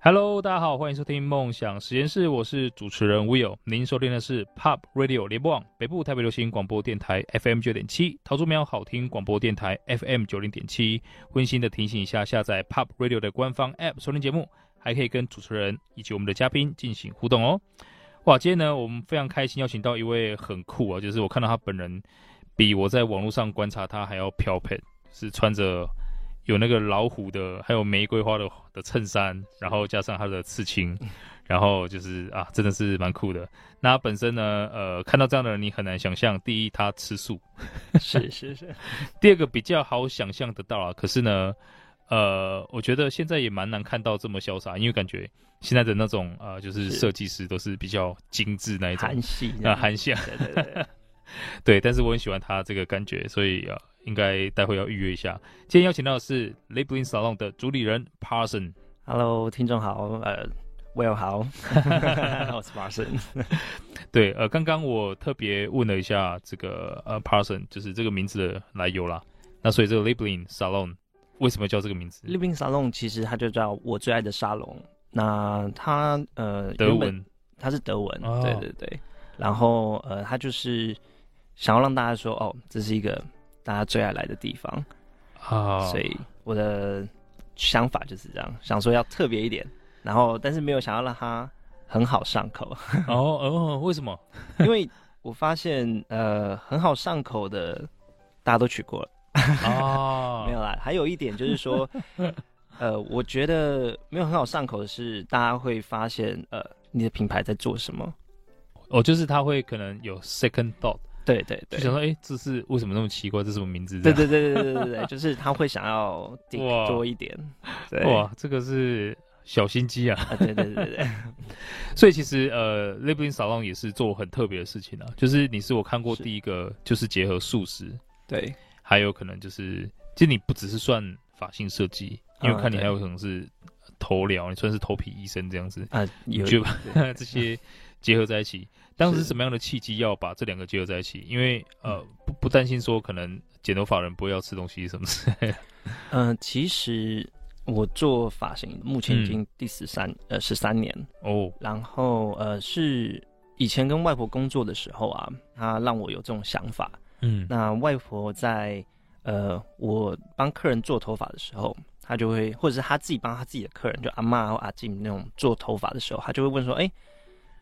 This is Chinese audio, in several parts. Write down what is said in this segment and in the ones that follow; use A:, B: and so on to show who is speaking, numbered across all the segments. A: Hello，大家好，欢迎收听梦想实验室，我是主持人 Will。您收听的是 Pop Radio 联播网北部台北流行广播电台 FM 九点七，桃竹苗好听广播电台 FM 九零点七。温馨的提醒一下，下载 Pop Radio 的官方 App 收听节目，还可以跟主持人以及我们的嘉宾进行互动哦。哇，今天呢，我们非常开心邀请到一位很酷啊，就是我看到他本人，比我在网络上观察他还要飘配，是穿着有那个老虎的，还有玫瑰花的的衬衫，然后加上他的刺青，然后就是啊，真的是蛮酷的。那他本身呢，呃，看到这样的人，你很难想象，第一他吃素，
B: 是是是，
A: 第二个比较好想象得到啊，可是呢，呃，我觉得现在也蛮难看到这么潇洒，因为感觉现在的那种呃，就是
B: 是
A: 设计师都是比较精致那一种
B: 韩系
A: 啊，韩系啊，
B: 对嗯对对对，
A: 对，但是我很喜欢他这个感觉，所以呃，应该待会要预约一下。今天邀请到的是 Labeling Salon 的主理人 Parson。
B: Hello，听众好，呃，Will 好，我是 Marson，
A: 对，呃，刚刚我特别问了一下这个呃 Parson，就是这个名字的来由啦。那所以这个 Labeling Salon 为什么叫这个名字？
B: 利宾沙龙其实它就叫我最爱的沙龙，那它呃
A: 德，
B: 原本
A: 文
B: 它是德文，
A: 哦
B: 对对对，然后呃，它就是想要让大家说哦，这是一个大家最爱来的地方，
A: 啊，
B: 所以我的想法就是这样，想说要特别一点，然后但是没有想要让它很好上口，
A: 哦哦，为什 么？
B: 因为我发现呃很好上口的大家都取过了，
A: 啊，
B: 没有啦。还有一点就是说，呃，我觉得没有很好上口的是，大家会发现呃你的品牌在做什么。
A: 哦，就是他会可能有 second thought，
B: 对对
A: 就
B: 对，
A: 想说，哎，这是为什么那么奇怪？这是什么名字？
B: 对对对对对对对，就是他会想要顶
A: 哇
B: 多一点。对，
A: 哇，这个是小心机啊。
B: 啊，对对对对对，
A: 所以其实呃，Labeling Salon 也是做很特别的事情啊，就是你是我看过
B: 是
A: 第一个就是结合素食，
B: 对
A: 还有可能就是其实你不只是算发型设计，因为我看你
B: 啊对
A: 还有可能是头疗，你算是头皮医生这样子，
B: 啊，有
A: 就把 这些结合在一起。当时
B: 是嗯
A: 什么样的契机要把这两个结合在一起？因为呃，不不担心说可能剪头发人不会要吃东西什么之 类的。
B: 嗯、呃其实我做发型目前
A: 嗯
B: 已经第十三、呃十三年，
A: 哦，
B: 然后呃是以前跟外婆工作的时候啊，她让我有这种想法。
A: 嗯，
B: 那外婆在呃我帮客人做头发的时候，她就会，或者是她自己帮她自己的客人，就阿嬷或阿静那种做头发的时候，她就会问说：“哎、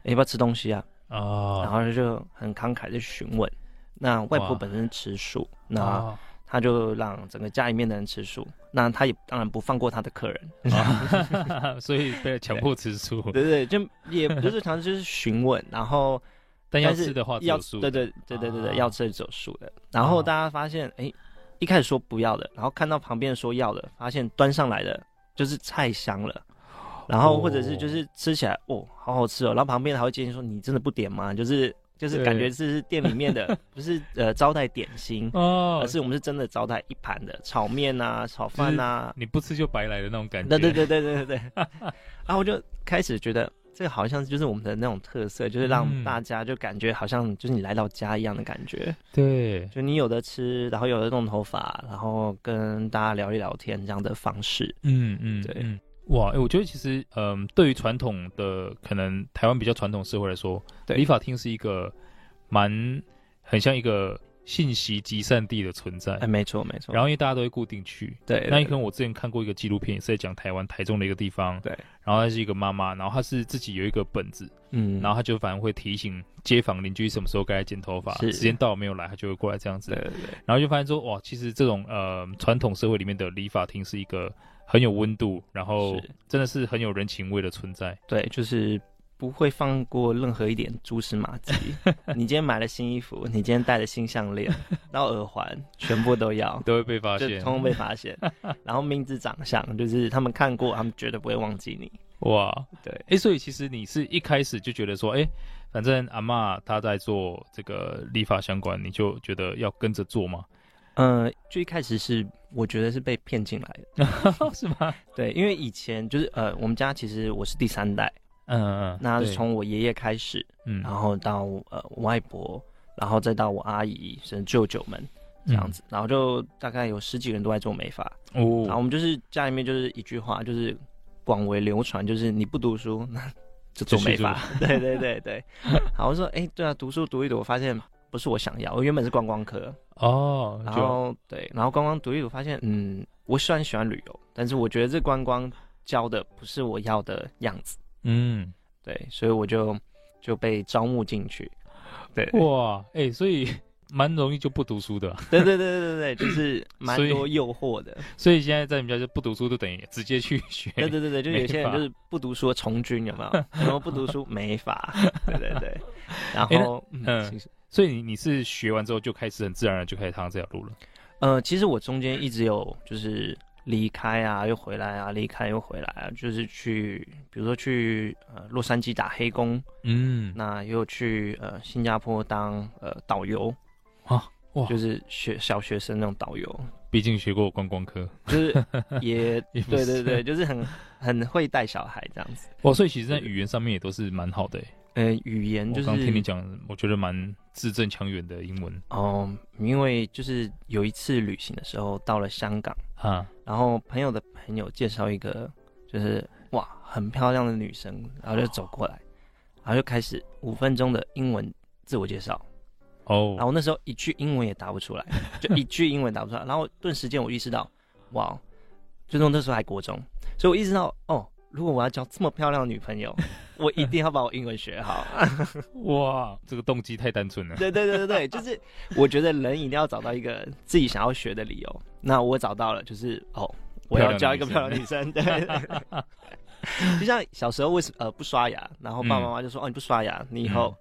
B: 要不要吃东西啊？”然
A: 啊，
B: 后就很慷慨的询问。那外婆
A: 哇
B: 本身吃素，那
A: 啊，
B: 她就让整个家里面的人吃素。那她也当然不放过她的客 人，
A: 啊 所以被强迫吃素，
B: 对对，对就也不是常就是询问，然后
A: 但要
B: 但是
A: 吃的话只
B: 要
A: 有素
B: 对对对对对对，
A: 啊嗯
B: 要吃走素的。然后大家发现，哎、一开始说不要的，然后看到旁边说要的，发现端上来的就是太香了。然后或者是就是吃起来哦好好吃哦，然后旁边还会建议说你真的不点吗？就是就是
A: 对
B: 感觉这是店里 面的，不是呃招待点心，
A: 哦
B: 而，是我们是真的招待一盘的炒面啊、炒饭啊。
A: 你不吃就白来的那种感觉。
B: 对对对对对对对。然后我就开始觉得这个好像就是我们的那种特色，就是让
A: 嗯
B: 大家就感觉好像就是你来到家一样的感觉。
A: 对
B: 就你有的吃，然后有的弄头发，然后跟大家聊一聊天这样的方式。
A: 嗯嗯
B: 对
A: 嗯哇，哎我觉得其实，嗯、对于传统的可能台湾比较传统社会来说，
B: 对
A: 理发厅是一个蛮很像一个信息集散地的存在。
B: 哎，没错没错。
A: 然
B: 后
A: 后因为大家都会固定去，
B: 对
A: 那
B: 对
A: 你可能我之前看过一个纪录片，也是在讲台湾台中的一个地方，
B: 对，
A: 然后她是一个妈妈，然后她是自己有一个本子，
B: 嗯
A: 然后她就反而会提醒街坊邻居什么时候该来剪头发，
B: 是
A: 时间到了没有来，她就会过来这样子
B: 对。对对
A: 然后就发现说，哇，其实这种呃传统社会里面的理发厅是一个很有温度，然后
B: 是
A: 真的是很有人情味的存在。
B: 对，就是。不会放过任何一点蛛丝马迹。 你今天买了新衣服，你今天戴了新项链，然后耳环，全部都要。
A: 都会被发
B: 就
A: 现，
B: 通通被发 现。然后名字、长相，就是他们看过，他们绝对不会忘记你。
A: 哇，
B: 对，
A: 哎，所以其实你是一开始就觉得说，哎，反 正阿嬷她在做这个理发相关，你就觉得要跟着做嘛，
B: 嗯，就一开始是我觉得是被骗进来的，
A: 是吗？
B: 对，因为以前就是呃，我们家其实我是第三代，
A: 嗯嗯，
B: 那
A: 对
B: 是从我爷爷开始，
A: 嗯
B: 然后到呃我外婆，然后再到我阿姨，甚至舅舅们这样子，然后就大概有十几个人都在做美发，
A: 嗯
B: 然后我
A: 哦，
B: 们就是家里面就是一句话，就是广为流传，就是你不读书，那就做美发。 对对对对。然后我说，哎、对啊，读书读一读，我发现不是我想要，我原本是观光科，
A: 哦，
B: 然
A: 就
B: 后对，然后观光读一读，发现嗯，我虽然喜欢旅游，但是我觉得这观光教的不是我要的样子，
A: 嗯，
B: 对，所以我就就被招募进去。对，
A: 哇，哎、所以蛮容易就不读书的啊，
B: 对对对对对对，就是蛮
A: 所以
B: 多诱惑的。
A: 所以现在在你们家就不读书，就等于直接去学。
B: 对对对对，就有些
A: 没
B: 人
A: 法
B: 就是不读书的从军，有 没有？然后不读书没法， 对对对。然
A: 诶那
B: 后，
A: 嗯
B: 嗯，其实
A: 所以你你是学完之后就开始很自然而然就开始踏上这条路了。
B: 呃，其实我中间一直有就是离开啊，又回来啊，离开又回来啊，就是去，比如说去呃洛杉矶打黑工，
A: 嗯，
B: 那又去呃新加坡当呃导游
A: 啊，哇
B: 就是学小学生那种导游，
A: 毕竟学过观光科，
B: 就是也
A: 也不
B: 对对
A: 是
B: 对，就是很很会带小孩这样子。
A: 哇，哦所以其实在语言上面也都是蛮好的、欸。
B: 呃，语言就
A: 我
B: 是
A: 刚听你讲，我觉得蛮字正腔圆的英文
B: 哦，因为就是有一次旅行的时候到了香港，
A: 啊。
B: 然后朋友的朋友介绍一个就是哇很漂亮的女生，然后就走过来，然后就开始五分钟的英文自我介绍，然
A: 哦，
B: 后那时候一句英文也答不出来，就一句英文答不出来，然后顿时间我意识到，哇，就是我那时候还国中，所以我意识到哦，如果我要交这么漂亮的女朋友，我一定要把我英文学好。
A: 哇，这个动机太单纯了。
B: 对对对对对，就是我觉得人一定要找到一个自己想要学的理由。那我找到了，就是哦，我要交一个漂亮女生。对，对对 就像小时候为什么呃不刷牙，然后爸爸妈妈就说、哦你不刷牙，你以后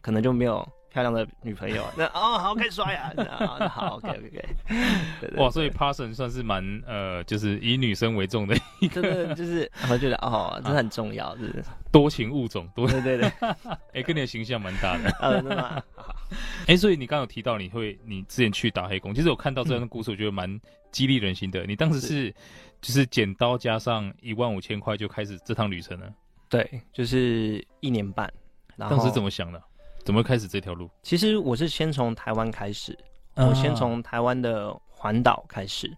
B: 可能就没有漂亮的女朋友。那哦好，可以刷牙。那哦那好，OK OK OK。对对
A: 哇，所以 Parson 算是蛮呃，就是以女生为重的
B: 真的就是我觉得 哦，这很重要，是不是？
A: 多情物种，多
B: 对 对对，
A: 哎、跟你的形象蛮搭的。
B: 呃，真的吗？
A: 哎、所以你刚刚有提到你会，你之前去打黑工，其实我看到这样
B: 嗯
A: 的故事，我觉得蛮激励人心的。你当时是就是剪刀加上一万五千块就开始这趟旅程了，
B: 对，就是一年半。然后
A: 当时怎么想的？怎么会开始这条路？
B: 其实我是先从台湾开始，我先
A: 嗯
B: 从台湾的环岛开始。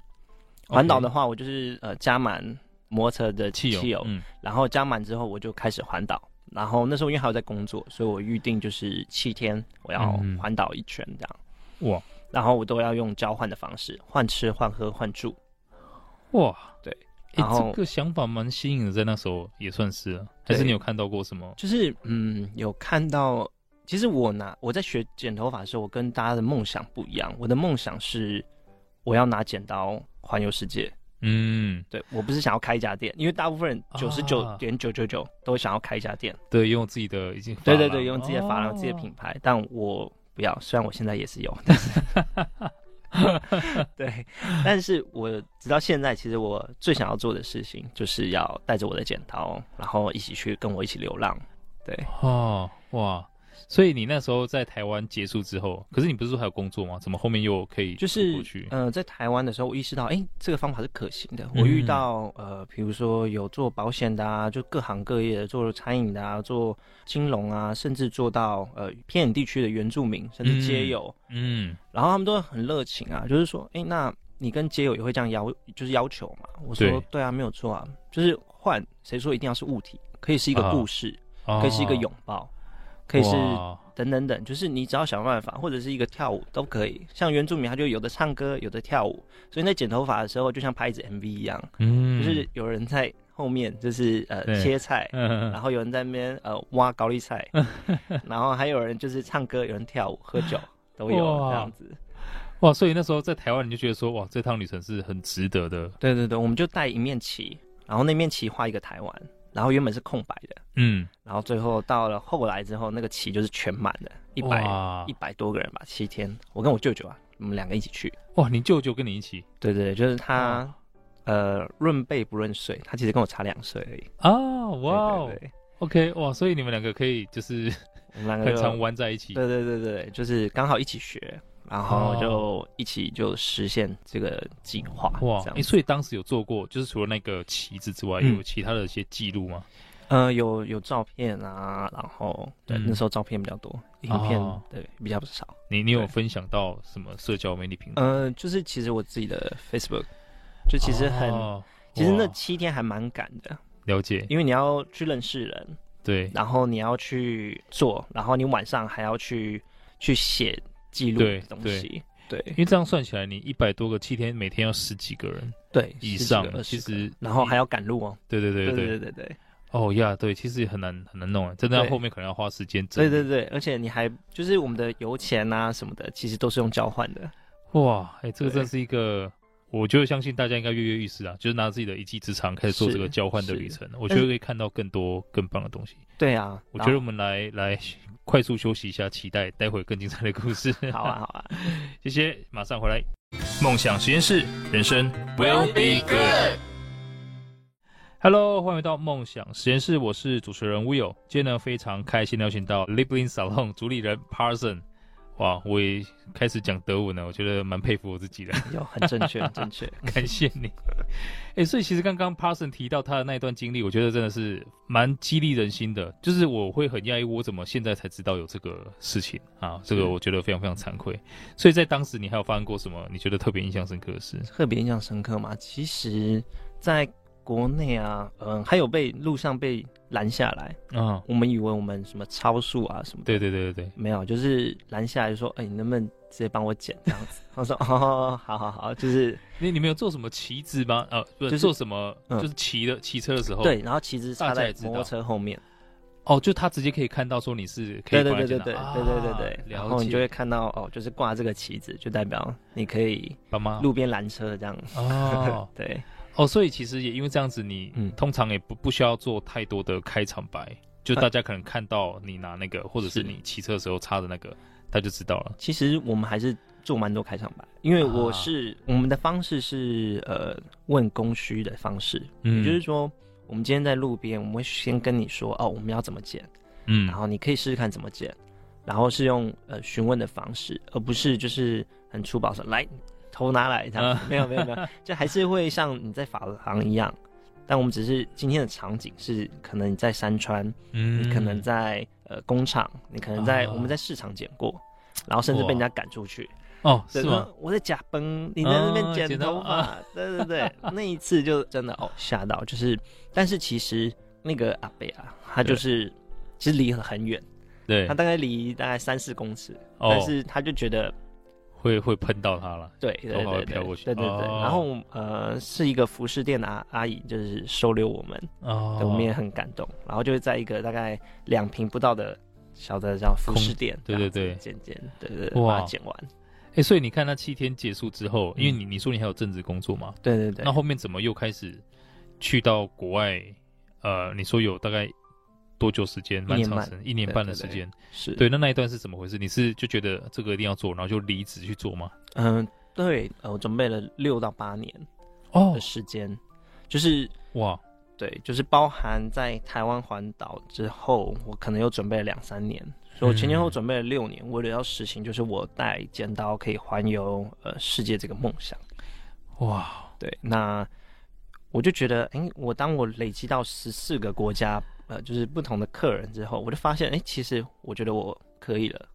B: 环岛的话，我就是呃加满摩托车的
A: 汽
B: 汽
A: 油，
B: 油，
A: 嗯，
B: 然后加满之后我就开始环岛。然后那时候因为还有在工作，所以我预定就是七天我要
A: 嗯
B: 环岛一圈这样。
A: 哇
B: 然后我都要用交换的方式，换吃、换喝、换住。
A: 哇，
B: 对
A: 哎、
B: 然后
A: 这个想法蛮新颖的，在那时候也算是了、还是
B: 对
A: 你有看到过什么？
B: 就是嗯，有看到，其实我拿我在学剪头发的时候，我跟大家的梦想不一样。我的梦想是我要拿剪刀环游世界。
A: 嗯，
B: 对我不是想要开一家店，因为大部分人
A: 啊
B: 九十九点九九九都想要开一家店，
A: 对，用自己的已经
B: 对对对，用自己的发廊、
A: 哦
B: 自己的品牌，但我不要，虽然我现在也是有，但是对，但是我直到现在，其实我最想要做的事情就是要带着我的剪刀，然后一起去跟我一起流浪，对，
A: 哦，哇。所以你那时候在台湾结束之后，可是你不是说还有工作吗？怎么后面又可以
B: 就是
A: 出国去？
B: 呃，在台湾的时候，我意识到，哎、这个方法是可行的。
A: 嗯
B: 我遇到、呃，比如说有做保险的啊，就各行各业的，做餐饮的啊，做金融啊，甚至做到呃偏远地区的原住民，甚至街友，
A: 嗯，
B: 然后他们都很热情啊，就是说，哎、那你跟街友也会这样要，就是要求嘛？我说，
A: 对
B: 对啊，没有错啊，就是换，谁说一定要是物体？可以是一个
A: 啊
B: 故事，
A: 哦
B: 可以是一个拥抱，可以是
A: 哇
B: 等等等，就是你只要想办法，或者是一个跳舞都可以。像原住民，他就有的唱歌，有的跳舞，所以在剪头发的时候，就像拍一支 MV 一样，
A: 嗯，
B: 就是有人在后面，就是呃
A: 对
B: 切菜，
A: 嗯，
B: 然后有人在那边呃挖高丽菜，然后还有人就是唱歌，有人跳舞、喝 酒都有
A: 哇
B: 这样子。
A: 哇，所以那时候在台湾你就觉得说，哇，这趟旅程是很值得的，
B: 对对对，我们就带一面旗，然后那面旗画一个台湾，然后原本是空白的，
A: 嗯，
B: 然后最后到了后来之后，那个旗就是全满的，一百
A: 哇
B: 一百多个人吧，七天。我跟我舅舅啊，我们两个一起去。
A: 哇，你舅舅跟你一起
B: 对对，对就是他，
A: 哦
B: 呃，润背不润岁，他其实跟我差两岁而已。
A: 啊，哇
B: 对
A: 哦
B: 对对
A: ，OK，哇，所以你们两个可以就是
B: 我们两个
A: 很
B: 就
A: 常玩在一起，
B: 对对对对，就是刚好一起学，然
A: 哦
B: 后就一起就实现这个计划。
A: 哇，
B: 这
A: 哎、
B: 样子，
A: 所以当时有做过，就是除了那个旗子之外，
B: 嗯
A: 有其他的一些记录吗？
B: 呃，有有照片啊，然后对、
A: 嗯
B: 那时候照片比较多，影片、
A: 哦
B: 对比较少。
A: 你你有
B: 对
A: 分享到什么社交媒体平台？
B: 呃，就是其实我自己的 Facebook，就其实很，
A: 哦
B: 其实那
A: 哇
B: 七天还蛮赶的，
A: 了解，
B: 因为你要去认识人，
A: 对
B: 然后你要去做，然后你晚上还要去去写记录
A: 对
B: 的东西，对
A: 因为这样算起来，你一百多个七天，每天要十几个人
B: 对，
A: 以
B: 十几
A: 上
B: 个，20
A: 其
B: 个
A: 实
B: 然后还要赶路哦，
A: 对对对
B: 对
A: 对
B: 对对对
A: 哦呀对，其实很难很难弄，啊真的要
B: 对
A: 后面可能要花时间整
B: 对
A: 理。
B: 对对，而且你还就是我们的油钱啊什么的，其实都是用交换的，
A: 哇，哎、这个
B: 对
A: 真是一个，我就相信大家应该跃跃欲试啊，就是拿自己的一技之长开始做这个
B: 是
A: 交换的
B: 是嗯
A: 旅程。啊我觉得可以看到更多更棒的东西。
B: 对啊，
A: 我觉得我
B: 然
A: 们来来 快速休息一下，期待待会更精彩的故事。
B: 后好啊好啊，
A: 谢谢，马上回来。梦想实验室，人生 will be good。Hello，欢迎回到梦想实验室，我是主持人 Will。今天呢，非常开心地邀请到 Liblin Salon 主理人 Parson。哇，我也开始讲德文了，我觉得蛮佩服我自己的，
B: 有很正 确很正确，
A: 感谢你。 哎、所以其实刚刚 Parson 提到他的那一段经历，我觉得真的是蛮激励人心的。就是我会很讶异，我怎么现在才知道有这个事情啊？这个我觉得非常非常惭愧。所以在当时，你还有发生过什么你觉得特别印象深刻的事？
B: 特别印象深刻嘛。其实，在国内啊，嗯，还有被路上被拦下来，
A: 啊，
B: 我们以为我们什么超速啊什么的，
A: 对对对对对，
B: 没有，就是拦下来就说，哎、你能不能直接帮我剪这样子？ 我说哦，好好好，就是
A: 你你们有做什么旗子吗？呃，不是、
B: 就是
A: 做什么，
B: 嗯
A: 就是骑的骑车的时候，
B: 对，，然后旗子插
A: 哦大家
B: 在
A: 也知道
B: 摩托车后面，
A: 哦，就他直接可以看到说你是可
B: 对
A: 以
B: 对
A: 帮他
B: 对对
A: 剪的
B: 对对
A: 啊
B: 对对对，然后
A: 了
B: 你
A: 解，
B: 就会看到哦，就是挂这个旗子，就代表你可以
A: 帮忙
B: 路边拦车这样，
A: 哦
B: 对
A: 哦，所以其实也因为这样子，你
B: 嗯
A: 通常也不不需要做太多的开场白，就
B: 哎
A: 大家可能看到你拿那个，或者是
B: 是
A: 你骑车的时候插的那个，他就知道了。
B: 其实我们还是做蛮多开场白，因为我
A: 啊
B: 是、我们的方式是呃问供需的方式，
A: 嗯
B: 也就是说，我们今天在路边，我们会先跟你说哦，我们要怎么剪，
A: 嗯
B: 然后你可以试试看怎么剪，然后是用呃询问的方式，而不是就是很粗暴说来头拿来这样
A: 嗯
B: 子，没有没有没 有，就还是会像你在法郎一样。但我们只是今天的场景是，可能你在山川，
A: 嗯
B: 你可能在呃工厂，你可能在、
A: 啊
B: 我们在市场剪过，然后甚至被人家
A: 哇
B: 赶出去，
A: 哦，
B: 对
A: 是吗？？
B: 我在假崩，你在那
A: 啊
B: 边
A: 剪
B: 剪
A: 头
B: 头发，对 对对，那一次就真的哦吓到，就是，但是其实那个阿贝啊，他
A: 对
B: 就是其实离很远，
A: 对
B: 他，大概离大概三四公尺，但
A: 哦，
B: 是他就觉得
A: 会会喷到他了。
B: 对对
A: 头发会
B: 对
A: 飘过
B: 对
A: 去
B: 对对对，
A: 哦
B: 然后呃是一个服饰店的阿阿姨，就是收留我们，
A: 哦，
B: 对我们也很感动，然后就是在一个大概两平不到的。小的叫服饰店，
A: 对对对
B: 剪剪，对对对，
A: 哇
B: 把它剪完，
A: 哎、所以你看，那七天结束之后，因为你你说你还有正职工作嘛，
B: 对对嗯对
A: 那。后面怎么又开始去到国外？呃，你说有大概多久时间？蛮
B: 一年
A: 长
B: 半
A: 时间，一年
B: 对
A: 半
B: 对
A: 的时
B: 对
A: 间。
B: 是
A: 对，那那一段是怎么回事？你是就觉得这个一定要做，然后就离职去做吗？
B: 嗯，对，呃，我准备了六到八年
A: 哦
B: 的，时间，就是
A: 哇，
B: 对，就是包含在台湾环岛之后，我可能又准备了两三年，所以我前前后后
A: 嗯
B: 准备了六年，为了要实行就是我带剪刀可以环游呃世界这个梦想。
A: 哇，
B: 对，那我就觉得，哎、我当我累积到十四个国家，呃，就是不同的客人之后，我就发现，哎、其实我觉得我可以了。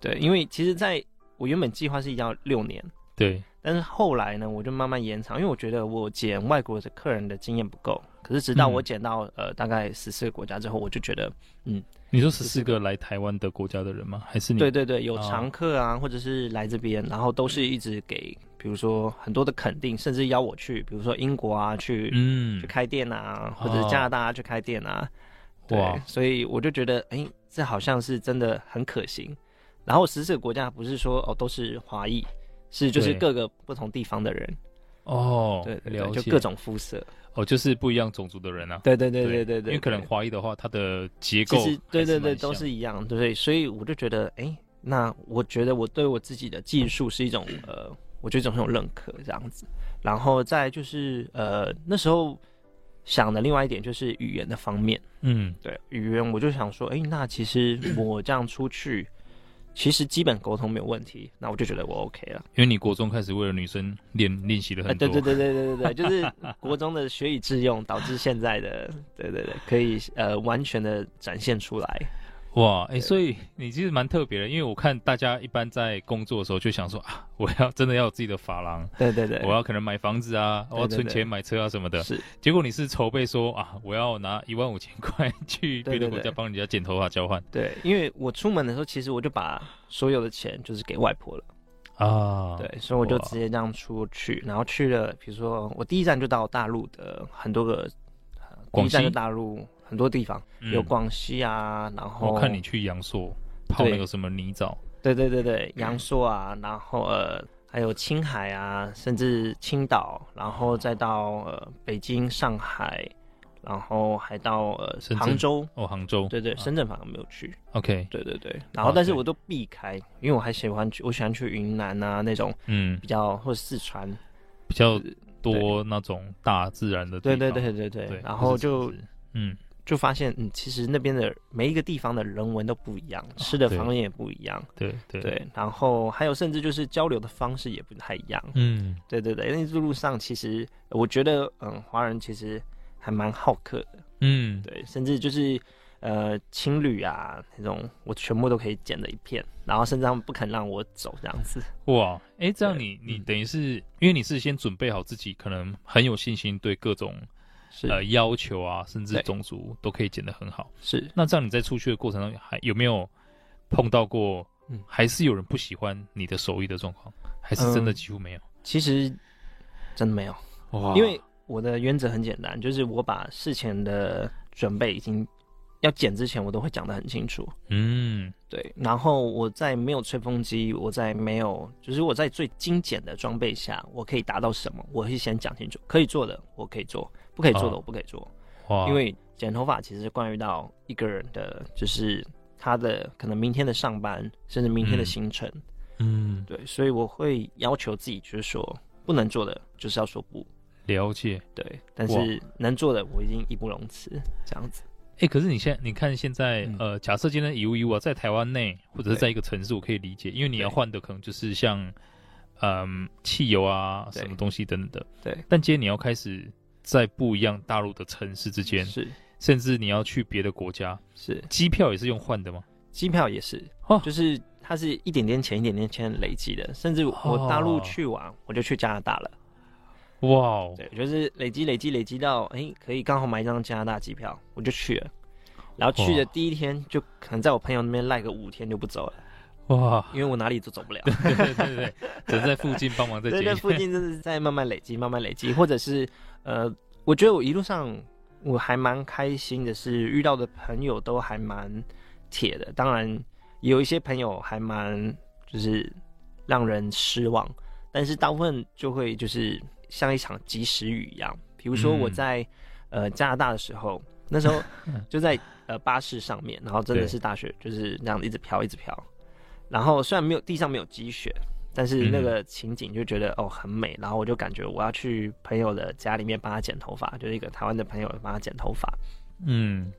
B: 对，因为其实在我原本计划是要六年。
A: 对，
B: 但是后来呢，我就慢慢延长，因为我觉得我剪外国的客人的经验不够。可是直到
A: 嗯
B: 我剪到、呃大概十四个国家之后，我就觉得，
A: 你说十四个来台湾的国家的人吗？还是你？
B: 对对对，有
A: 哦
B: 常客啊，或者是来这边，然后都是一直给，比如说很多的肯定，甚至邀我去，比如说英国啊去、
A: 嗯
B: 去，开店啊，或者是加拿大、啊、去开店啊。
A: 哇
B: 对，，所以我就觉得，哎、这好像是真的很可行。然后十四个国家不是说哦都是华裔，是就是
A: 对
B: 各个不同地方的人，
A: 哦，
B: 对对
A: 了
B: 对，
A: 解，
B: 就各种肤色。
A: 哦，就是不一样种族的人啊。
B: 对对对对对
A: 因
B: 对，
A: 为可能
B: 对
A: 华裔的话，它的结构
B: 其实对对
A: 还
B: 对
A: 蛮像
B: 都是一样，对对，所以我就觉得，哎，那我觉得我对我自己的技术是一种呃，我觉得一种很有认可这样子。然后再就是呃，那时候想的另外一点就是语言的方面，
A: 嗯
B: 对语言我就想说，哎，那其实我这样出去，其实基本沟通没有问题，那我就觉得我 OK 了。
A: 因为你国中开始为了女生练练习了
B: 哎，
A: 很多，
B: 对对对对对 对对，就是国中的学以致用，导致现在的，对对对，可以呃完全的展现出来。
A: 哇，哎、所以你其实蛮特别的，因为我看大家一般在工作的时候就想说啊，我要真的要有自己的发廊，
B: 对对对，
A: 我要可能买房子啊，我要存钱买车啊什么的。
B: 是
A: 结果你是筹备说啊，我要拿一万五千块去别
B: 对对
A: 的国家
B: 对
A: 帮人家剪头发交换
B: 对，因为我出门的时候，其实我就把所有的钱就是给外婆了，
A: 啊，
B: 对，所以我就
A: 哇
B: 直接这样出去，然后去了，比如说我第一站就到大陆的很多个，呃第
A: 广
B: 一站就
A: 西
B: 大陆很多地方，
A: 嗯
B: 有广西啊，然后
A: 我看你去阳朔泡
B: 对
A: 那个什么泥沼，
B: 对对对对，阳朔啊，然后呃，还有青海啊，甚至青岛，然后再到呃北京、上海，然后还到呃
A: 深圳
B: 杭州，
A: 哦，杭州，
B: 对对，
A: 啊
B: 深圳反而没有去，
A: OK，
B: 对对对，然后
A: 啊
B: 但是
A: 对
B: 我都避开，因为我还喜欢去，我喜欢去云南啊那种
A: 嗯，
B: 比较或者四川，
A: 比较多那种大自然的地
B: 对
A: 方，
B: 对对对对，
A: 对，
B: 然后
A: 不是城
B: 就
A: 市嗯，
B: 就发现，嗯，其实那边的每一个地方的人文都不一样，吃的
A: 对
B: 方面也不一样，
A: 对啊对，
B: 对，然后还有甚至就是交流的方式也不太一样，
A: 嗯，
B: 对对对，因为这路上其实我觉得，嗯，华人其实还蛮好客的，
A: 嗯，
B: 对，甚至就是呃情侣啊那种，我全部都可以捡的一片，然后甚至他们不肯让我走这样子。
A: 哇，哎，这样
B: 对
A: 你你
B: 嗯
A: 等于是、因为你是先准备好自己，可能很有信心对各种
B: 是、
A: 呃要求啊，甚至
B: 对
A: 种族都可以剪得很好。
B: 是，
A: 那这样你在出去的过程中，还有没有碰到过，
B: 嗯
A: 还是有人不喜欢你的手艺的状况，还是真的
B: 嗯
A: 几乎没有？
B: 其实真的没有，
A: 哇
B: 嗯因为我的原则很简单，就是我把事前的准备已经要剪之前，我都会讲得很清楚。
A: 嗯，
B: 对，然后我在没有吹风机，我在没有，就是我在最精简的装备下，我可以达到什么，我会先讲清楚，可以做的我可以做，不可以做
A: 哦
B: 的我不可以做，
A: 哇，
B: 因为剪头发其实是关于到一个人的，就是他的可能明天的上班，甚至明天的
A: 嗯
B: 行程，
A: 嗯
B: 对，所以我会要求自己，就是说不能做的就是要说不，
A: 了解。
B: 对，但
A: 哇
B: 是能做的我已经义不容辞，这样子，
A: 哎、可是你现在你看现在、
B: 嗯
A: 呃，假设今天以物易物啊，在台湾内或者是
B: 对
A: 在一个城市，我可以理解，因为你要
B: 对
A: 换的可能就是像嗯汽油啊
B: 对
A: 什么东西等等的。
B: 对，
A: 但今天你要开始在不一样大陆的城市之间，
B: 是
A: 甚至你要去别的国家，
B: 是，
A: 机票也是用换的吗？
B: 机票也是，
A: 哦
B: 就是它是一点点钱一点点钱累积的，甚至我大陆去玩，我就去加拿大了，
A: 哇哦，
B: 对，就是累积累积累积到，哎、可以刚好买一张加拿大机票，我就去了。然后去的
A: 哇
B: 第一天就可能在我朋友那边赖个五天就不走了，
A: 哇，
B: 因为我哪里都走不了。
A: 对 对对对，只能在附近帮忙在
B: 对
A: 解
B: 对，
A: 决。
B: 附近就是在慢慢累积，慢慢累积，或者是呃，我觉得我一路上我还蛮开心的是，遇到的朋友都还蛮铁的，当然也有一些朋友还蛮就是让人失望，但是大部分就会就是像一场及时雨一样，比如说我
A: 嗯
B: 在、呃加拿大的时候，那时候就在呃巴士上面，然后真的是大雪就是那样一直飘一直飘，然后虽然没有地上没有积雪，但是那个情景就觉得、哦很美，然后我就感觉我要去朋友的家里面帮他剪头发，就是一个台湾的朋友帮他剪头发，
A: 嗯，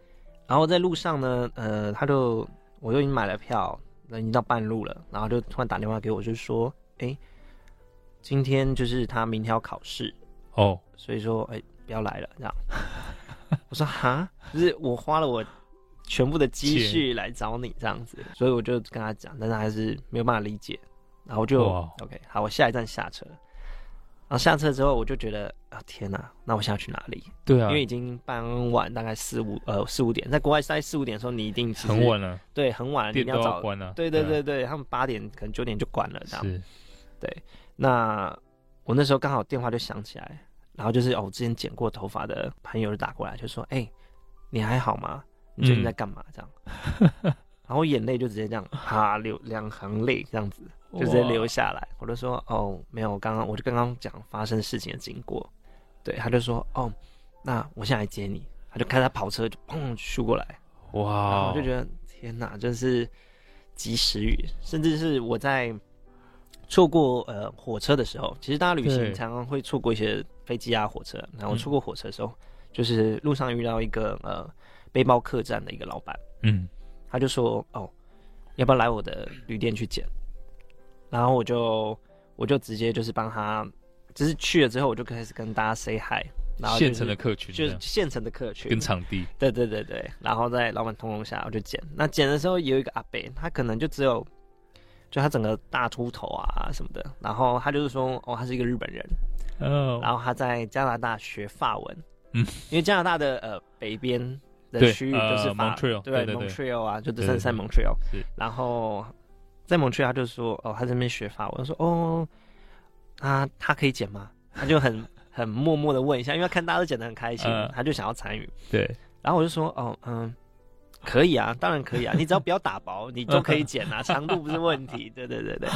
B: 然后在路上呢，呃，他就我就已经买了票，那已经到半路了，然后就突然打电话给我，就说，哎，今天就是他明天要考试，
A: 哦，
B: 所以说，哎、不要来了，这样。 我说哈，就是我花了我全部的积蓄来找你这样子，所以我就跟他讲，但是他还是没有办法理解，然后我就
A: 哇
B: OK，好，我下一站下车，然后下车之后我就觉得啊天哪，那我现在要去哪里？
A: 对啊，
B: 因为已经傍晚，大概四五呃四五点，在国外大概四五点的时候，你一定其实
A: 很，晚了，
B: 对，很晚，你一
A: 店
B: 定
A: 都
B: 要
A: 要
B: 早，
A: 关了。
B: 对对啊
A: 啊
B: 对对，他们八点可能九点就关了这样。
A: 是
B: 那我那时候刚好电话就响起来，然后就是哦，我之前剪过头发的朋友就打过来，就说：“哎、你还好吗？你最近在干嘛？”这样，然后我眼泪就直接这样啪流两行泪，这样子就直接流下来。我就说：“哦，没有，刚刚我就刚刚讲发生事情的经过。”对，他就说：“哦，那我现在来接你。”他就开他跑车就砰咻过来，然后
A: 哇，
B: 我就觉
A: 得
B: 得天哪，真是及时雨，甚至是我在错过呃火车的时候，其实大家旅
A: 对
B: 行常常会错过一些飞机啊、火车。然后
A: 嗯
B: 我错过火车的时候，就是路上遇到一个呃背包客栈的一个老板，
A: 嗯，
B: 他就说：“哦，要不要来我的旅店去捡？然后我就我就直接就是帮他，只是去了之后我就开始跟大家 say hi，然后、就是、
A: 现成的客群这
B: 就是
A: 样，
B: 现成的客群
A: 跟场地，
B: 对对对对，然后在老板通融下，我就剪。那剪的时候有一个阿伯，他可能就只有，就他整个大秃头啊什么的，然后他就是说，哦，他是一个日本人，
A: 哦，
B: 然后他在加拿大学法文，
A: 嗯，
B: 因为加拿大的呃北边的
A: 对
B: 区域就是
A: 呃
B: 法，
A: Montreal，
B: 对
A: 对对对
B: Montreal 啊，就
A: 对
B: 只剩在 Montreal，
A: 是
B: 然后在 Montreal 他就说，哦，他在那边学法文，我说哦，啊，他可以剪吗？他就很很默默的问一下，因为他看大家都剪得很开心，
A: 嗯
B: 他就想要参与。
A: 对，
B: 然后我就说，哦，嗯，可以啊，当然可 以啊，你只要不要打薄，你就可以剪啊，长度不是问题。对对对对，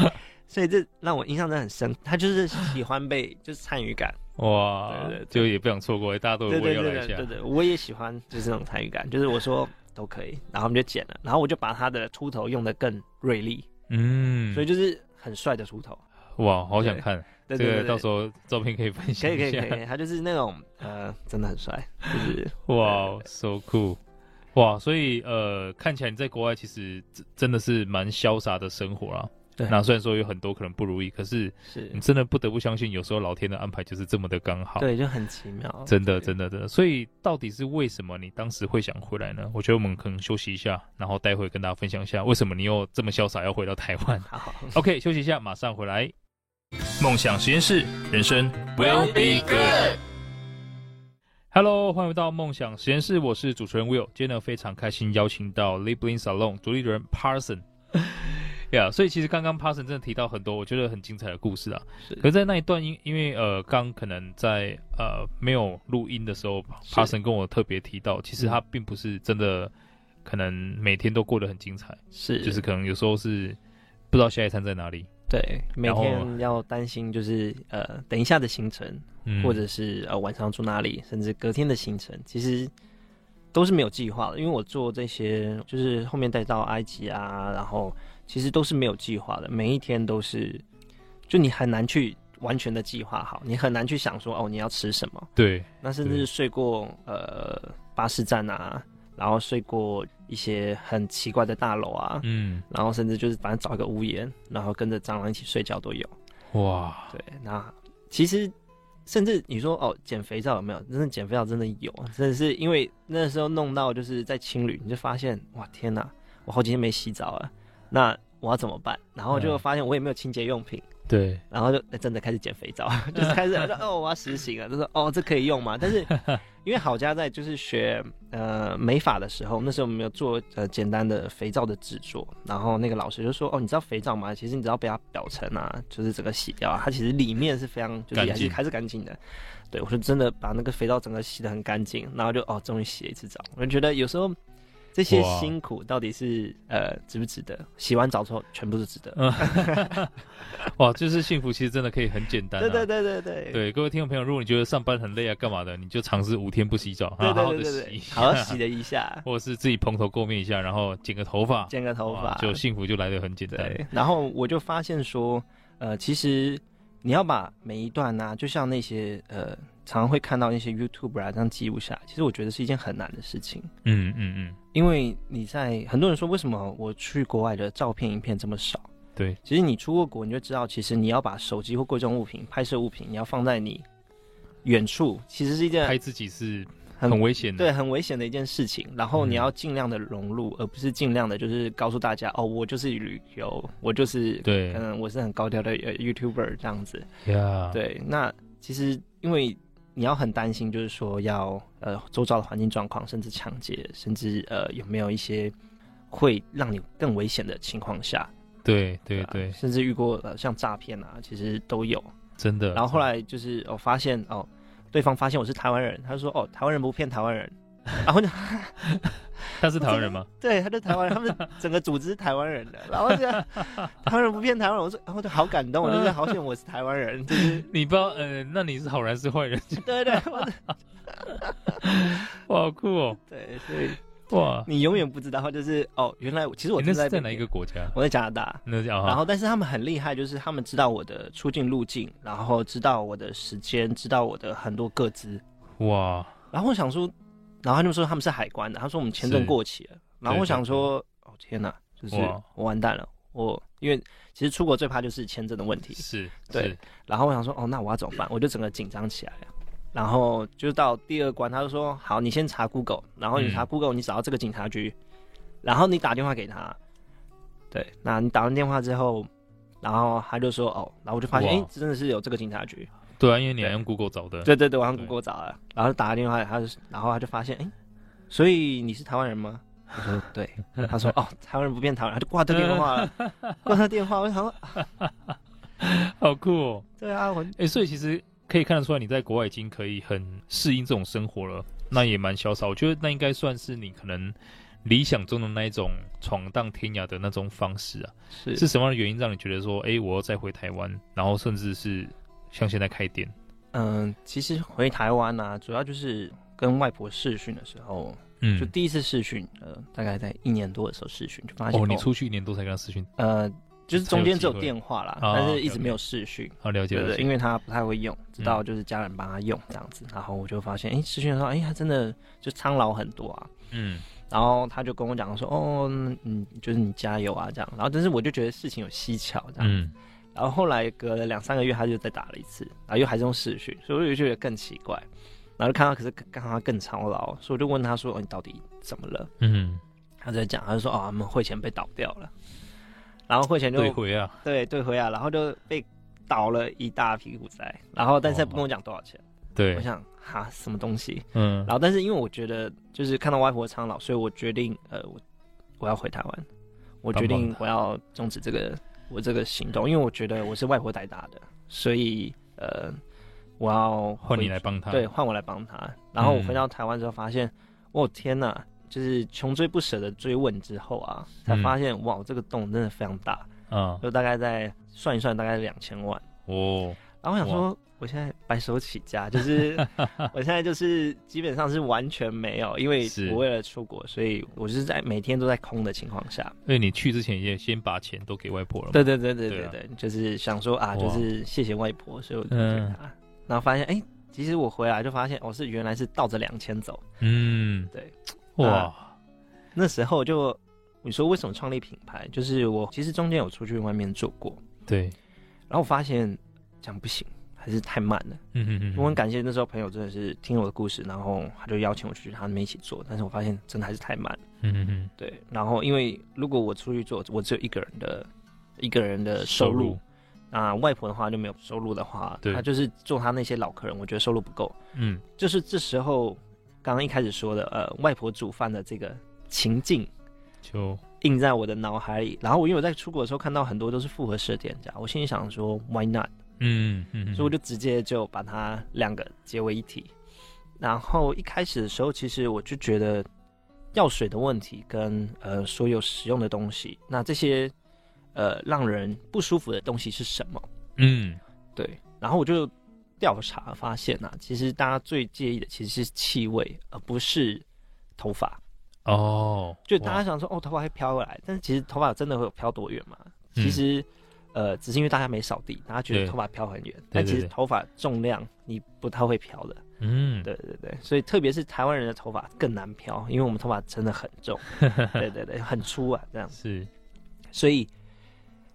B: 所以这让我印象真的很深，他就是喜 欢被就是参与感，
A: 哇
B: 对对对，
A: 就也不想错过，大家都
B: 对
A: 围
B: 对
A: 要
B: 对
A: 来一
B: 对
A: 下
B: 对，对，我也喜欢就是这种参与感，就是我说都可以，然后我们就剪了，然后我就把他的秃头用的更锐利，
A: 嗯，
B: 所以就是很帅的秃头。
A: 哇，好想看，
B: 对
A: 这
B: 对
A: 个
B: 对
A: 到
B: 对
A: 时候照片可以分
B: 可
A: 享
B: 以可
A: 一
B: 以可以
A: 下
B: 可，以，他就是那种呃，真的很帅，就是
A: 哇，so cool。哇，所以呃，看起来你在国外其实真真的是蛮潇洒的生活啦。
B: 对
A: 那虽然说有很多可能不如意，可是
B: 是
A: 你，真的不得不相信，有时候老天的安排就是这么的刚好。
B: 对，就很奇妙，
A: 真的，
B: 对。
A: 真的，真的。所以到底是为什么你当时会想回来呢？我觉得我们可能休息一下，然后待会跟大家分享一下为什么你又这么潇洒要回到台湾
B: 好。
A: OK，休息一下，马上回来。梦想实验室，人生 will be good。Hello，欢迎回到梦想实验室，我是主持人 Will。今天呢，非常开心邀请到 Libling Salon 独立人 Parson。Yeah，所以其实刚刚 Parson 真的提到很多我觉得很精彩的故事啊。
B: 是
A: 可是在那一段因因为呃刚可能在呃没有录音的时候
B: 是
A: ，Parson 跟我特别提到，其实他并不是真的可能每天都过得很精彩，
B: 是，
A: 就是可能有时候是不知道下一餐在哪里，
B: 对，每
A: 然后
B: 天要担心就是呃等一下的行程，
A: 嗯，
B: 或者是呃晚上住哪里，甚至隔天的行程，其实都是没有计划的。因为我做这些，就是后面带到埃及啊，然后其实都是没有计划的，每一天都是，就你很难去完全的计划好，你很难去想说哦你要吃什么，
A: 对，
B: 那甚至
A: 对
B: 睡过呃巴士站啊，然后睡过一些很奇怪的大楼啊，
A: 嗯，
B: 然后甚至就是反正找一个屋檐，然后跟着蟑螂一起睡觉都有。
A: 哇，
B: 对，那其实甚至你说哦，减肥皂有没有？真的减肥皂真的有，啊真的是因为那时候弄到就是在青旅，你就发现哇天哪，我好几天没洗澡了，那我要怎么办？然后就
A: 嗯
B: 发现我也没有清洁用品，
A: 对，
B: 然后就、哎真的开始减 肥皂，就是开始我说哦我要实行了，就说哦这可以用吗？但是因为好家在就是学呃美发的时候，那时候我们有做呃简单的肥皂的制作，然后那个老师就说哦你知道肥皂吗？其实你只要被它表层啊，就是整个洗掉啊，它其实里面是非常就是还
A: 干
B: 是
A: 净
B: 还是干净的。对我说真的把那个肥皂整个洗得很干净，然后就哦终于洗了一次澡，我就觉得有时候。这些
A: 哇
B: 辛苦到底是呃值不值得？洗完澡之后全部是值得。
A: 嗯， 哇，就是幸福其实真的可以很简单、啊，
B: 对对对对对
A: 对各位听众朋友，如果你觉得上班很累啊，干嘛的，你就尝试五天不洗澡，
B: 对
A: 好好
B: 对
A: 的
B: 对对对，
A: 洗，，
B: 好好洗了一下
A: 或者是自己蓬头垢面一下，然后剪个头发，
B: 剪个头发
A: 哇，就幸福就来得很简单。
B: 对。然后我就发现说，呃，其实你要把每一段呢、就像那些呃，常常会看到那些 YouTube 啊这样记录下来，其实我觉得是一件很难的事情，
A: 嗯嗯嗯，
B: 因为你在很多人说为什么我去国外的照片影片这么少。
A: 对，
B: 其实你出过国，你就知道，其实你要把手机或贵重物品、拍摄物品，你要放在你远处，其实是一件
A: 拍自己是
B: 很
A: 很危险的。
B: 对，很危险的一件事情。然后
A: 嗯
B: 你要尽量的融入，而不是尽量的，就是告诉大家哦，我就是旅游，我就是，
A: 对
B: 可能我是很高调的呃 YouTuber 这样子。
A: 对呀，
B: 对，那其实因为你要很担心，就是说要呃周遭的环境状况，甚至抢劫，甚至呃有没有一些会让你更危险的情况下，
A: 对对
B: 啊
A: 对，
B: 甚至遇过呃像诈骗啊，其实都有。
A: 真的。
B: 然后后来就是我、哦发现哦，对方发现我是台湾人，他就说哦台湾人不骗台湾人， 然后就。
A: 他是台湾人吗？
B: 对，他就台湾人，他 们整个组织是台湾人的，然后就台湾人不骗台湾人，我说，然后就好感动，我就是好险我是台湾 人，就是
A: 你不知道，呃，那你是好人还是坏人？
B: 对对 我是
A: 哇，好酷哦！
B: 对，所以
A: 哇，
B: 你永远不知道，就是哦，原来我其实我
A: 诶那
B: 正
A: 是
B: 在
A: 在
B: 被
A: 哪一个
B: 骗？
A: 国家？
B: 我在加拿大，
A: 那是啊，
B: 然后但是他们很厉害，就是他们知道我的出境路径，然后知道我的时间，知道我的很多个资，
A: 哇，
B: 然后我想说，然后他就说他们是海关的，他说我们签证
A: 是
B: 过期了，然后我想说，哦天哪，就是
A: 哇
B: 我完蛋了，我因为其实出国最怕就是签证的问题，
A: 是，
B: 对
A: 是，
B: 然后我想说，哦，那我要怎么办？我就整个紧张起来了。然后就到第二关，他就说：“好，你先查 Google，然后你查
A: 嗯
B: Google，你找到这个警察局，然后你打电话给他。对，那你打完电话之后，然后他就说：哦，然后我就发现，
A: 哇
B: 哎，真的是有这个警察局。
A: 对啊，因为你还
B: 对
A: 用 Google 找的，
B: 对对对，我上
A: 对
B: Google 找了，然后打了电话，他就然后他就发现，哎，所以你是台湾人吗？我说对，他说哦，台湾人不变台湾人，他就挂掉电话了，挂掉电话。我想说， 啊
A: 好酷哦！
B: 对啊，我
A: 哎、所以其实可以看得出来，你在国外已经可以很适应这种生活了，那也蛮潇洒。我觉得那应该算是你可能理想中的那一种闯荡天涯的那种方式啊。
B: 是
A: 是什么样的原因让你觉得说，哎、我要再回台湾，然后甚至是像现在开店？
B: 嗯，其实回台湾呢、主要就是跟外婆试训的时候，
A: 嗯
B: 就，第一次试训，呃，大概在一年多的时候试训，就发现
A: 哦，你出去一年多才跟他私讯，
B: 呃，就是中间只有
A: 才有机会
B: 电话啦，
A: 哦
B: 但是一直
A: OK，OK
B: 没有试训，
A: 好啊了解
B: 对
A: 了
B: 对，
A: 解，嗯
B: 因为他不太会用，直到就是家人帮他用这样子，然后我就发现，哎、试训的时候，哎、他真的就苍老很多啊。
A: 嗯，
B: 然后他就跟我讲说，哦，嗯，就是你加油啊，这样。然后，但是我就觉得事情有蹊跷，这样。
A: 嗯，
B: 然后后来隔了两三个月，他就再打了一次，然后又还是用视讯，所以我就觉得更奇怪。然后就看他，可是看他更操劳，所以我就问他说：“哦，你到底怎么了
A: 嗯，？”
B: 他就在讲，他就说：“哦，我们会前被倒掉了。”然后会前就
A: 对回啊，
B: 对对回啊，然后就被倒了一大屁股债，然后但是他不跟我讲多少钱，
A: 哦对
B: 我，想哈什么东西。
A: 嗯
B: 然，后但是因为我觉得就是看到外婆苍老，所以我决定呃我我要回台湾，我
A: 帮
B: 决定呃
A: 忙
B: 我要终止这个我这个行动，因为我觉得我是外婆带大的，所以呃我要
A: 换你
B: 回
A: 来帮他，
B: 对，换我来帮他。然后我
A: 嗯
B: 回到台湾之后发现，哦天哪！就是穷追不舍的追问之后啊，才
A: 嗯
B: 发现、哇，这个洞真的非常大，
A: 啊，
B: 就大概在算一算，大概两千万。
A: 哦，
B: 然后我想说，我现在白手起家，就是 我现在就是基本上是完全没有，因为
A: 是
B: 我为了出国，所以我就是在每天都在空的情况下。
A: 因为你去之前也先把钱都给外婆了嘛，
B: 对对对对
A: 对
B: 对
A: 啊
B: 对，就是想说啊，
A: 哇
B: 就是谢谢外婆，所以我就
A: 嗯
B: 给她。然后发现哎、其实我回来就发现，我、哦是原来是倒着两千走。
A: 嗯，
B: 对，啊
A: 哇，
B: 那时候就你说为什么创立品牌？就是我其实中间有出去外面做过，
A: 对，
B: 然后我发现这样不行，还是太慢了。
A: 嗯嗯嗯，
B: 我很感谢那时候朋友真的是听我的故事，然后他就邀请我去他们一起做，但是我发现真的还是太慢。
A: 嗯嗯嗯，
B: 对，然后因为如果我出去做，我只有一个人的一个人的呃收
A: 收
B: 入，
A: 入，
B: 那外婆的话就没有收入的话，
A: 对
B: 他就是做他那些老客人，我觉得收入不够。
A: 嗯，
B: 就是这时候刚刚一开始说的，呃，外婆煮饭的这个情境
A: 就
B: 印在我的脑海里。然后我因为我在出国的时候看到很多都是复合式的店家，我心里想说 Why not？
A: 嗯嗯嗯，
B: 所以我就直接就把它两个结为一体。然后一开始的时候，其实我就觉得药水的问题跟呃所有使用的东西，那这些呃让人不舒服的东西是什么？
A: 嗯
B: 对，然后我就调查发现啊，其实大家最介意的其实是气味，而不是头发。
A: 哦，
B: 就大家
A: 哇
B: 想说哦，头发会飘过来，但是其实头发真的会有飘多远吗？
A: 嗯
B: 其实，呃，只是因为大家没扫地，大家觉
A: 对
B: 得头发飘很远，但其
A: 对
B: 实
A: 对
B: 头发重量你不太会飘的。
A: 嗯
B: 对对对，所以特别是台湾人的头发更难飘，因为我们头发真的很 重，对对对，很粗啊，这样。
A: 是
B: 所以，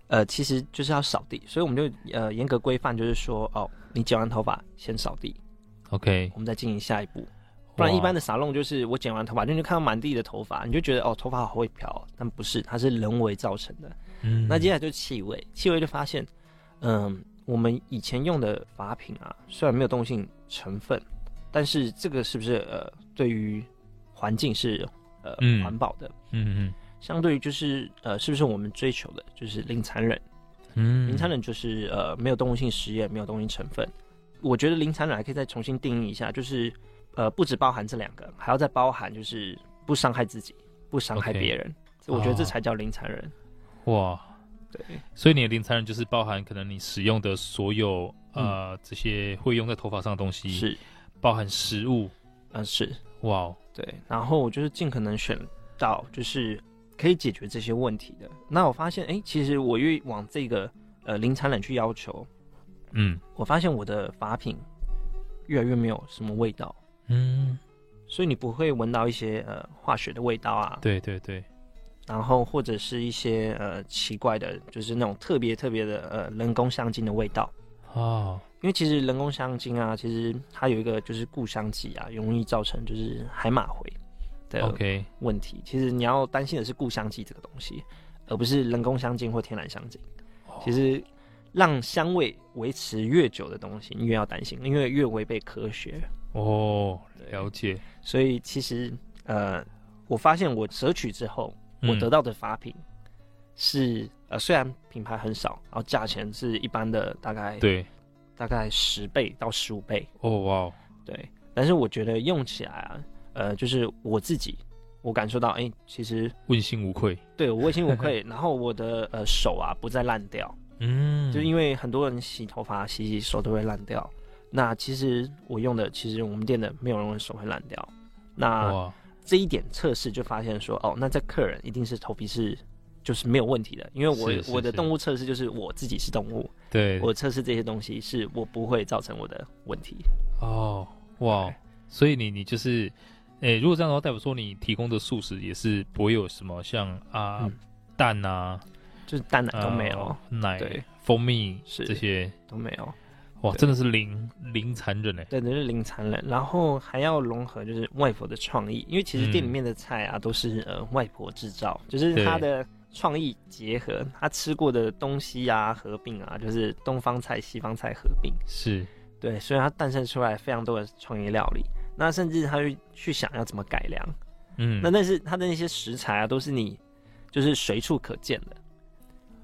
B: 呃，其实就是要扫地，所以我们就呃严格规范，就是说哦，你剪完头发先扫地，
A: OK，
B: 我们再进行下一步。不然
A: 哇
B: 一般的沙龙就是我剪完头发，就你就看到满地的头发，你就觉得哦头发好会飘，但不是，它是人为造成的。
A: 嗯
B: 那接下来就是气味，气味就发现，嗯，我们以前用的法品啊，虽然没有动物性成分，但是这个是不是呃对于环境是呃
A: 嗯
B: 环保的？
A: 嗯
B: 相对于就是呃是不是我们追求的就是零残忍？
A: 嗯嗯，
B: 零残忍就是呃没有动物性实验，没有动物性成分。我觉得零残忍还可以再重新定义一下，就是呃不只包含这两个，还要再包含就是不伤害自己，不伤害
A: OK
B: 别人。我觉得这
A: 哦
B: 才叫零残忍。
A: 哇，
B: 对，
A: 所以你的零残忍就是包含可能你使用的所有呃这些会用在头发上的东西，
B: 嗯是，
A: 包含食物，
B: 嗯、是。
A: 哇哦，
B: 对，然后我就是尽可能选到就是可以解决这些问题的。那我发现，哎，其实我越往这个呃零残忍去要求，
A: 嗯
B: 我发现我的法品越来越没有什么味道，
A: 嗯，
B: 所以你不会闻到一些呃化学的味道啊，
A: 对对对，
B: 然后或者是一些呃奇怪的，就是那种特别特别的呃人工香精的味道。
A: 哦，
B: 因为其实人工香精啊，其实它有一个就是固香剂啊，容易造成就是海马回的
A: OK，
B: 问题。其实你要担心的是固香剂这个东西，而不是人工香精或天然香精。其实让香味维持越久的东西，你越要担心，因为越违背科学。
A: 哦，了解，
B: 所以其实呃，我发现我摄取之后，
A: 嗯
B: 我得到的法品是、呃，虽然品牌很少，然后价钱是一般的大概
A: 对，
B: 大概十倍到十五倍，
A: 哦哇哦，
B: 对。但是我觉得用起来啊，呃，就是我自己，我感受到，哎、其实
A: 问心无愧，
B: 对我 问心无愧，然后我的呃手啊不再烂掉，
A: 嗯，
B: 就是因为很多人洗头发洗洗手都会烂掉。那其实我用的，其实我们店的没有人手会烂掉。那
A: 哇，
B: 这一点测试就发现说，哦，那这客人一定是头皮是就是没有问题的，因为我
A: 是是
B: 我的
A: 是
B: 动物测试就是我自己是动物，
A: 对，
B: 我测试这些东西是我不会造成我的问题。
A: 哦，哇
B: 对，
A: 所以你你就是，诶、如果这样的话，代表说你提供的素食也是不会有什么像啊、
B: 嗯
A: 蛋啊
B: 就是蛋奶都
A: 呃
B: 没有，
A: 奶
B: 对、
A: 蜂蜜
B: 是
A: 这些，
B: 都没有，
A: 哇，
B: 对
A: 真的是零零残忍哎、
B: 对，就是零残忍，然后还要融合就是外婆的创意，因为其实店里面的菜啊、都是呃外婆制造，就是她的创意结合，她吃过的东西啊合并啊，就是东方菜西方菜合并。
A: 是
B: 对，所以它诞生出来非常多的创意料理。那甚至他去去想要怎么改良，
A: 嗯，
B: 那但是它的那些食材啊，都是你就是随处可见的，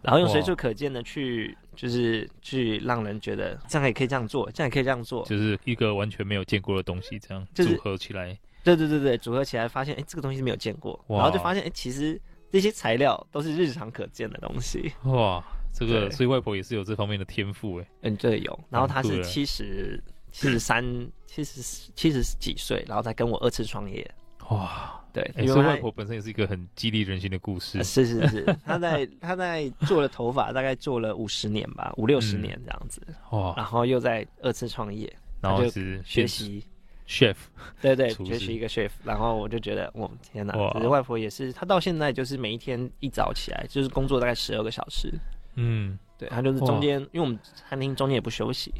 B: 然后用
A: 哇
B: 随处可见的去就是去让人觉得这样也可以这样做，这样也可以这样做。
A: 就是一个完全没有见过的东西，这样、
B: 就是
A: 组合起来，
B: 对对对对，组合起来发现，哎，这个东西没有见过，
A: 哇
B: 然后就发现，哎，其实这些材料都是日常可见的东西。
A: 哇，这个
B: 对
A: 所以外婆也是有这方面的天赋哎、
B: 嗯，对，有。然后他
A: 对啊
B: 是
A: 了
B: 七十七十三、七十七十几岁，然后才跟我二次创业。
A: 哇，
B: 对，
A: 诶
B: 因
A: 哎所以
B: 为他
A: 外婆本身也是一个很激励人心的故事
B: 呃，是是是， 他在他在做了头发，大概做了五十年吧，五六十
A: 嗯
B: 年这样子，然
A: 哇，
B: 后又在二次创业
A: 然后
B: 呃啊他就是学
A: 变
B: 习，
A: chef，
B: 对对，
A: 厨
B: 学
A: 师
B: 习一个 chef，然后我就觉得，我天哪
A: 哇！
B: 只是外婆也是，她到现在就是每一天一早起来就是工作大概十二个小时，
A: 嗯，
B: 对，她就是中间，因为我们餐厅中间也不休息，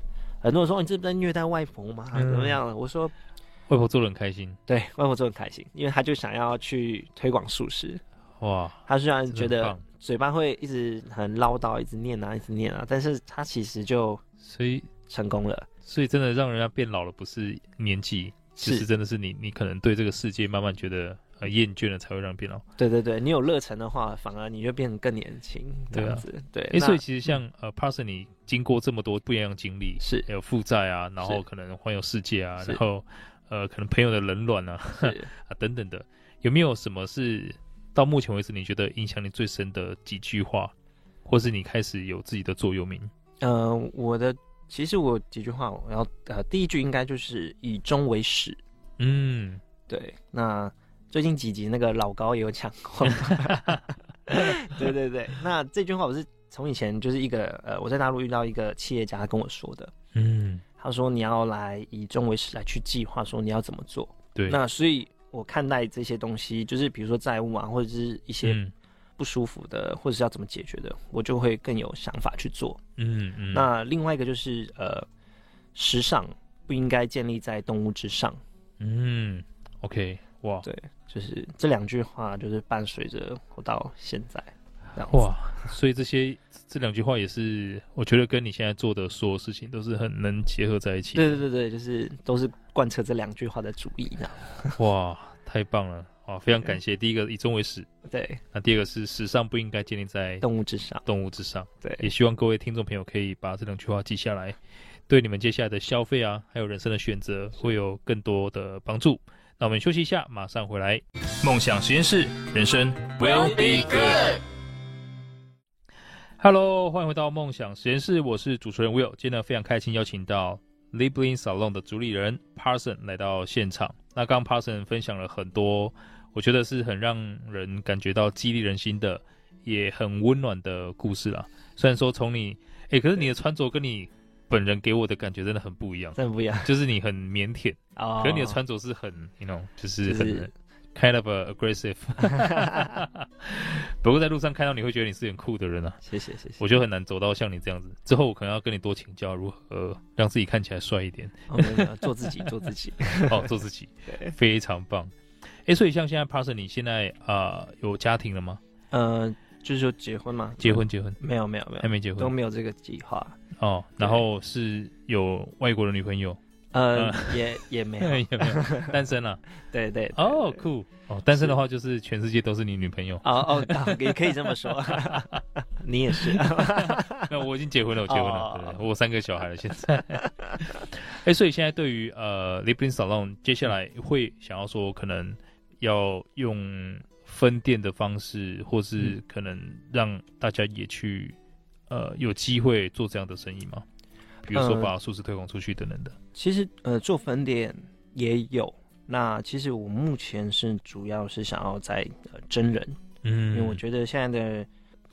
B: 很多人说哦你这不是在虐待外婆吗？
A: 嗯
B: 怎么样了？我说
A: 外婆做的很开心，
B: 对，外婆就很开心，因为她就想要去推广素食，
A: 哇，
B: 她虽然
A: 真的
B: 觉
A: 很
B: 得
A: 棒。
B: 嘴巴会一直很唠叨，一直念啊，一直念啊，但是他其实就
A: 所以
B: 成功了。
A: 所以真的让人家变老了，不是年纪，只是
B: 是，
A: 真的是你，你可能对这个世界慢慢觉得呃厌倦了，才会让你变老。
B: 对对对，你有热忱的话，反而你就变得更年轻，这
A: 对啊
B: 样子。对，
A: 诶，
B: 那
A: 所以其实像呃 Parson，你经过这么多不一样的经历，
B: 是
A: 还有负债啊，然后
B: 是
A: 可能环游世界啊，
B: 是
A: 然后呃可能朋友的冷暖啊
B: 是
A: 啊等等的，有没有什么是到目前为止你觉得影响你最深的几句话，或是你开始有自己的座右铭？
B: 呃，我的其实我几句话，我要呃，第一句应该就是以终为始。
A: 嗯，
B: 对，那最近几集那个老高也有讲 过，对对对。那这句话我是从以前就是一个呃，我在大陆遇到一个企业家他跟我说的，
A: 嗯，
B: 他说你要来以终为始来去计划，说你要怎么做。
A: 对，
B: 那所以我看待这些东西，就是比如说债务啊，或者是一些
A: 嗯
B: 不舒服的，或者是要怎么解决的，我就会更有想法去做。
A: 嗯嗯，
B: 那另外一个就是呃，时尚不应该建立在动物之上，
A: 嗯，OK，哇
B: 对就是这两句话就是伴随着我到现在。这样子
A: 哇，所以这些这两句话也是，我觉得跟你现在做的所有事情都是很能结合在一起。
B: 对对对对，就是都是贯彻这两句话的主意这样。
A: 哇，太棒了！哇，非常感谢。第一个以终为始，
B: 对，
A: 那第二个是时尚不应该建立在
B: 动物之上，
A: 动物之上。
B: 对，
A: 也希望各位听众朋友可以把这两句话记下来，对你们接下来的消费啊，还有人生的选择会有更多的帮助。那我们休息一下，马上回来。梦想实验室，人生 will be good。Hello，欢迎回到梦想实验室，我是主持人 Will。今天呢，非常开心邀请到 Libling Salon 的主理人 Parson 来到现场。那刚刚 Parson 分享了很多，我觉得是很让人感觉到激励人心的，也很温暖的故事啦。虽然说从你，哎，可是你的穿着跟你本人给我的感觉真的很不一样，
B: 真的不一样
A: 就是你很�腼�腆，
B: 哦。
A: 可是你的穿着是很，you know，就是
B: 就
A: 很
B: 是
A: kind of a aggressive，不过在路上看到你会觉得你是很酷的人啊，
B: 谢谢谢谢。
A: 我就很难走到像你这样子。之后我可能要跟你多请教如何让自己看起来帅一点，
B: 哦没有没有 做自己做自己。
A: 哦，做自己，非常棒。哎，所以像现在 Parson，你现在啊、呃有家庭了吗？
B: 呃，就是说结婚嘛，
A: 结婚结婚
B: 没有没有没
A: 还
B: 有，
A: 没结
B: 都
A: 婚
B: 没有这个计划。
A: 哦，然后是有外国的女朋友，
B: 呃，也也没有。
A: 有没有 单身了？
B: 对对。对
A: 哎哦，
B: 对
A: 酷哦，单身的话就是全世界都是你女朋友。
B: 哦哦，也可以这么说， 你也是。
A: 那我已经结婚了，我结婚了，
B: 哦
A: 对对我有三个小孩了，现在。 哎，所以现在对于呃 l i p l i n Salon，接下来会想要说，可能要用分店的方式，或是
B: 嗯
A: 可能让大家也去呃有机会做这样的生意吗？比如说
B: 呃
A: 把素食推广出去等等的。
B: 其实呃，做分店也有。那其实我目前是主要是想要在呃真人，
A: 嗯
B: 因为我觉得现在的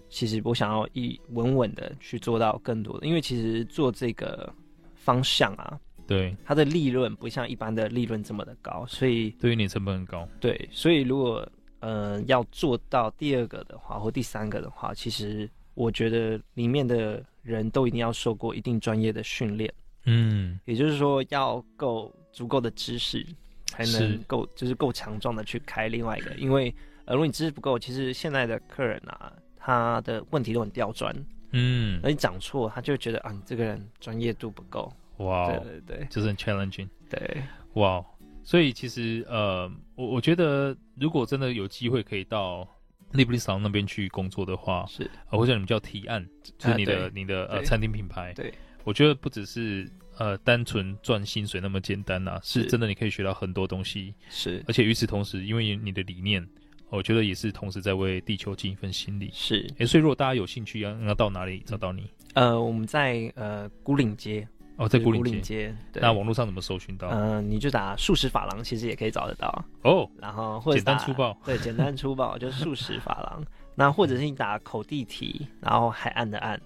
B: 其实我想要一稳稳的去做到更多的，因为其实做这个方向啊，
A: 得对，
B: 它的利润不像一般的利润这么的高，所以
A: 对于你的成本很高。
B: 对，所以如果呃要做到第二个的话，或第三个的话，其实我觉得里面的人都一定要受过一定专业的训练，
A: 嗯，
B: 也就是说要够足够的知识，才
A: 是
B: 能够就是够强壮的去开另外一个，因为呃如果你知识不够，其实现在的客人啊。他的问题都很刁钻，
A: 嗯
B: 而，你讲错，他就会觉得啊，你这个人专业度不够。
A: 哇哦，
B: 对对对
A: 就是很 challenging。
B: 对，
A: 哇哦，所以其实呃，我我觉得如果真的有机会可以到利布利桑那边去工作的话，
B: 是
A: 呃、或者你们叫提案，就是你的、
B: 啊
A: 你的呃
B: 对
A: 餐厅品牌，
B: 对，
A: 我觉得不只是呃单纯赚薪水那么简单啦、是
B: 是
A: 真的你可以学到很多东西，
B: 是
A: 而且与此同时，因为你的理念，我觉得也是同时在为地球尽一份心力。
B: 是。
A: 诶，所以如果大家有兴趣，要要到哪里找到你？
B: 呃，我们在呃孤岭街，
A: 哦，在
B: 就是
A: 古
B: 孤
A: 岭街。
B: 街，对，
A: 那网哦络上怎么搜寻到？
B: 呃，你就打素食法郎，其实也可以找得到。
A: 哦，
B: 然后或者
A: 简单
B: 打
A: 粗暴，
B: 对，简单 粗暴就是素食法郎。那或者是你打口地题，然后海岸的岸，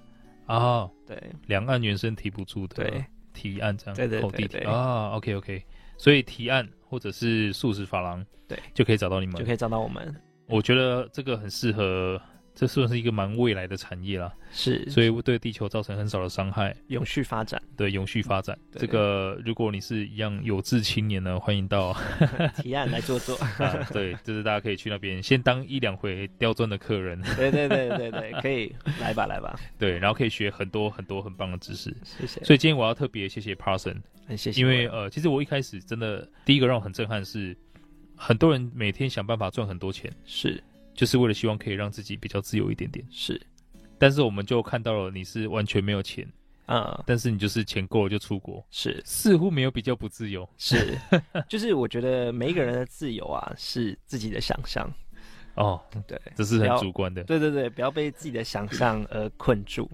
A: 啊，
B: 对
A: 两岸原生提不住的。
B: 对
A: 提案这样，
B: 对对
A: 口地
B: 对
A: 提
B: 对
A: 啊，OK OK，所以提案或者是素食法郎，
B: 对，
A: 就可以找到你们。
B: 就可以找到我们。
A: 我觉得这个很适合，这算是一个蛮未来的产业啦，
B: 是，
A: 所以对地球造成很少的伤害，
B: 永续 发展，
A: 对永续发展。
B: 嗯对
A: 这个如果你是一样有志青年呢，欢迎到
B: 提案来做做。
A: 啊，对，就是大家可以去那边先当一两回刁钻的客人，
B: 对对对对对，可以来吧来吧，
A: 对，然后可以学很多很多很棒的知识。
B: 谢谢，
A: 所以今天我要特别谢谢 Parson，
B: 很谢谢
A: 因
B: 我。
A: 为呃，其实我一开始真的第一个让我很震撼是，很多人每天想办法赚很多钱，
B: 是
A: 就是为了希望可以让自己比较自由一点点。
B: 是，
A: 但是我们就看到了你是完全没有钱，
B: 嗯，
A: 但是你就是钱够了就出国，
B: 是
A: 似乎没有比较不自由
B: 是，就是我觉得每一个人的自由啊，是自己的想象。
A: 哦，
B: 对
A: 这是
B: 不
A: 很
B: 要
A: 主观的。
B: 对对对，不要被自己的想象而困住。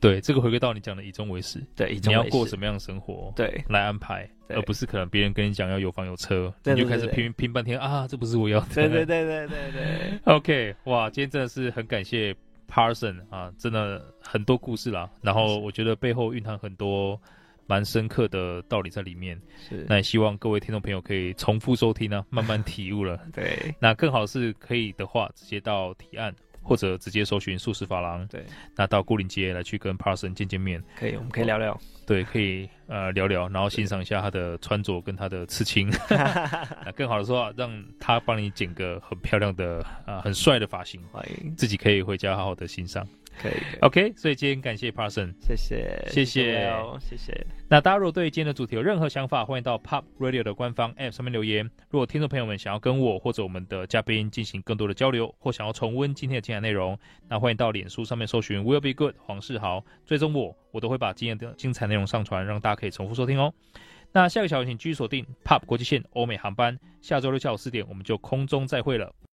A: 对，这个回归到你讲的以终为始，
B: 对，以终
A: 你要
B: 为
A: 过
B: 始
A: 什么样的生活
B: 对
A: 来安排，
B: 对
A: 而不是可能别人跟你讲要有房有车，
B: 对
A: 你
B: 对
A: 就开始
B: 对对
A: 拼拼半天啊，这不是我要的。
B: 对对对对对对，
A: OK，哇，今天真的是很感谢 Parson 啊，真的很多故事啦。然后我觉得背后蕴含很多蛮深刻的道理在里面。
B: 是，
A: 那也希望各位听众朋友可以重复收听啊，慢慢体悟了。
B: 对
A: 那更好是可以的话，直接到提案或者直接搜寻素食法郎，
B: 对，
A: 那到固林街来去跟 Parson 见见面，
B: 可以，我们可以聊聊。
A: 对，可以呃聊聊，然后欣赏一下他的穿着跟他的刺青。那更好的说啊，让他帮你剪个很漂亮的啊、呃很帅的发型。
B: 欢迎，
A: 自己可以回家好好的欣赏。
B: 可以，可以
A: OK，所以今天感谢 Parson。
B: 谢谢，
A: 谢谢
B: 谢，Leo，谢谢，
A: 那大家如果对今天的主题有任何想法，欢迎到 Pop Radio 的官方 App 上面留言。如果听众朋友们想要跟我或者我们的嘉宾进行更多的交流，或想要重温今天的精彩内容，那欢迎到脸书上面搜寻 Will Be Good 黄世豪，追踪我，我都会把今天的精彩内容上传，让大家可以重复收听哦。那下个小时请继续锁定 Pop 国际线欧美航班，下周六下午四点我们就空中再会了。